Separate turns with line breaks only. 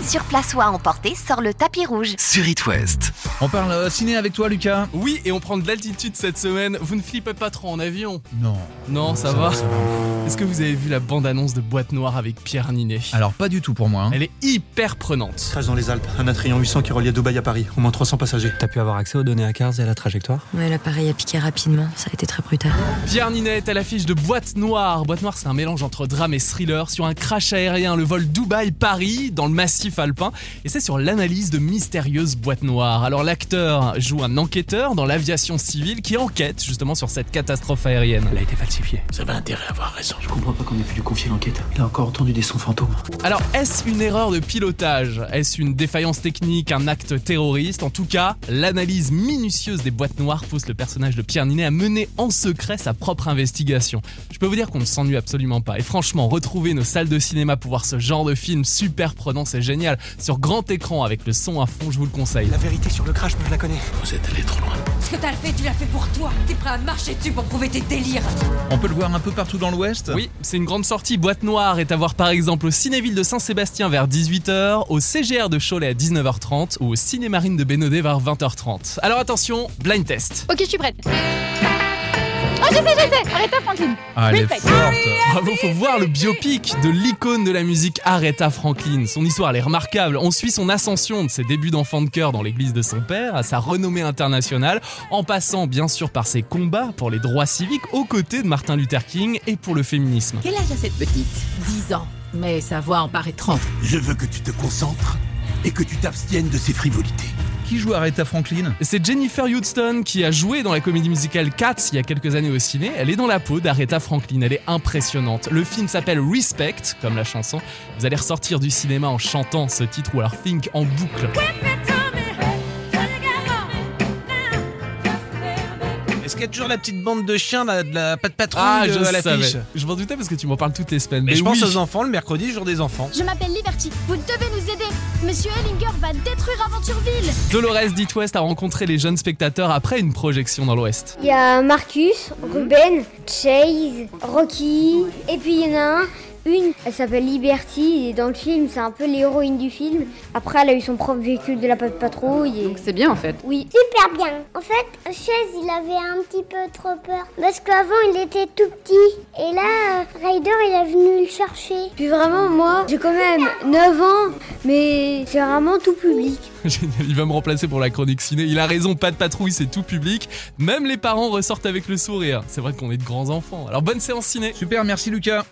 sur place ou à emporter sort le tapis rouge.
sur It West.
On parle euh, ciné avec toi, Lucas
Oui, et on prend de l'altitude cette semaine. Vous ne flippez pas trop en avion
Non.
Non, ça, va. Ah Est-ce que vous avez vu la bande-annonce de Boîte Noire avec Pierre Ninet
Alors, pas du tout pour moi. hein.
Elle est hyper prenante.
Crash dans les Alpes, un Atrion 800 qui reliait Dubaï à Paris, au moins 300 passagers.
T'as pu avoir accès aux données à Cars et à la trajectoire
Ouais, l'appareil a piqué rapidement, ça a été très brutal.
Pierre Ninet est à l'affiche de Boîte Noire. Boîte Noire, c'est un mélange entre drame et thriller sur un crash aérien, le vol Dubaï-Paris, dans le massif alpin. Et c'est sur l'analyse de mystérieuses boîtes noires. Alors, l'acteur joue un enquêteur dans l'aviation civile qui enquête justement sur cette catastrophe aérienne.
Elle a été falsifiée.
Alors, est-ce une erreur de pilotage Est-ce une défaillance technique Un acte terroriste En tout cas, l'analyse minutieuse des boîtes noires pousse le personnage de Pierre Ninet à mener en secret sa propre investigation. Je peux vous dire qu'on ne s'ennuie absolument pas. Et franchement, retrouver nos salles de cinéma pour voir ce genre de film super prenant, c'est génial. Sur grand écran avec le son à fond, je vous le conseille.
La vérité sur le crash, moi je la connais.
Ce que t'as fait, tu l'as fait pour toi. T'es prêt à marcher dessus pour prouver tes délires.
On peut le voir un peu partout dans l'Ouest
Oui, c'est une grande sortie. Boîte Noire est à voir par exemple au Cinéville de Saint-Sébastien vers 18h, au CGR de Cholet à 19h30 ou au Cinémarine de Bénodet vers 20h30. Alors attention, blind test.
Ok, je suis prête. Oh, je sais, je sais Arrête ta Franklin
Ah, elle est
Perfect.
forte.
Bravo, faut voir le biopic de l'icône de la musique Aretha Franklin. Son histoire, elle est remarquable. On suit son ascension de ses débuts d'enfant de cœur dans l'église de son père à sa renommée internationale, en passant bien sûr par ses combats pour les droits civiques aux côtés de Martin Luther King et pour le féminisme.
Quel âge a cette petite 10 ans. Mais sa voix en paraît 30.
Je veux que tu te concentres et que tu t'abstiennes de ces frivolités.
Qui joue Aretha Franklin
C'est Jennifer Hudson qui a joué dans la comédie musicale Cats il y a quelques années au ciné. Elle est dans la peau d'Aretha Franklin. Elle est impressionnante. Le film s'appelle Respect, comme la chanson. Vous allez ressortir du cinéma en chantant ce titre ou alors Think en boucle.
Est-ce qu'il y a toujours la petite bande de chiens là, de la patte patrouille
Ah, je
euh, à l'affiche
savais. Je m'en doutais parce que tu m'en parles toutes les semaines.
Mais je pense
oui.
aux enfants le mercredi, jour des enfants.
Je m'appelle Liberty. Vous devez nous aider. Monsieur Hellinger va détruire Aventureville.
Dolores Ditwest a rencontré les jeunes spectateurs après une projection dans l'Ouest.
Il y a Marcus,
Mhm.
Ruben, Chase, Rocky. Et puis il y en a un. Une, elle s'appelle Liberty, et dans le film, c'est un peu l'héroïne du film. Après, elle a eu son propre véhicule de la Patte patrouille. Et...
C'est bien en fait.
Oui. Super bien. En fait, Chase, il avait un petit peu trop peur. Parce qu'avant, il était tout petit. Et là, Ryder, il est venu le chercher. Puis vraiment, moi, j'ai quand même 9 ans, mais c'est vraiment tout public.
Génial, il va me remplacer pour la chronique ciné. Il a raison, pas de patrouille, c'est tout public. Même les parents ressortent avec le sourire. C'est vrai qu'on est de grands enfants. Alors bonne séance ciné.
Super, merci Lucas.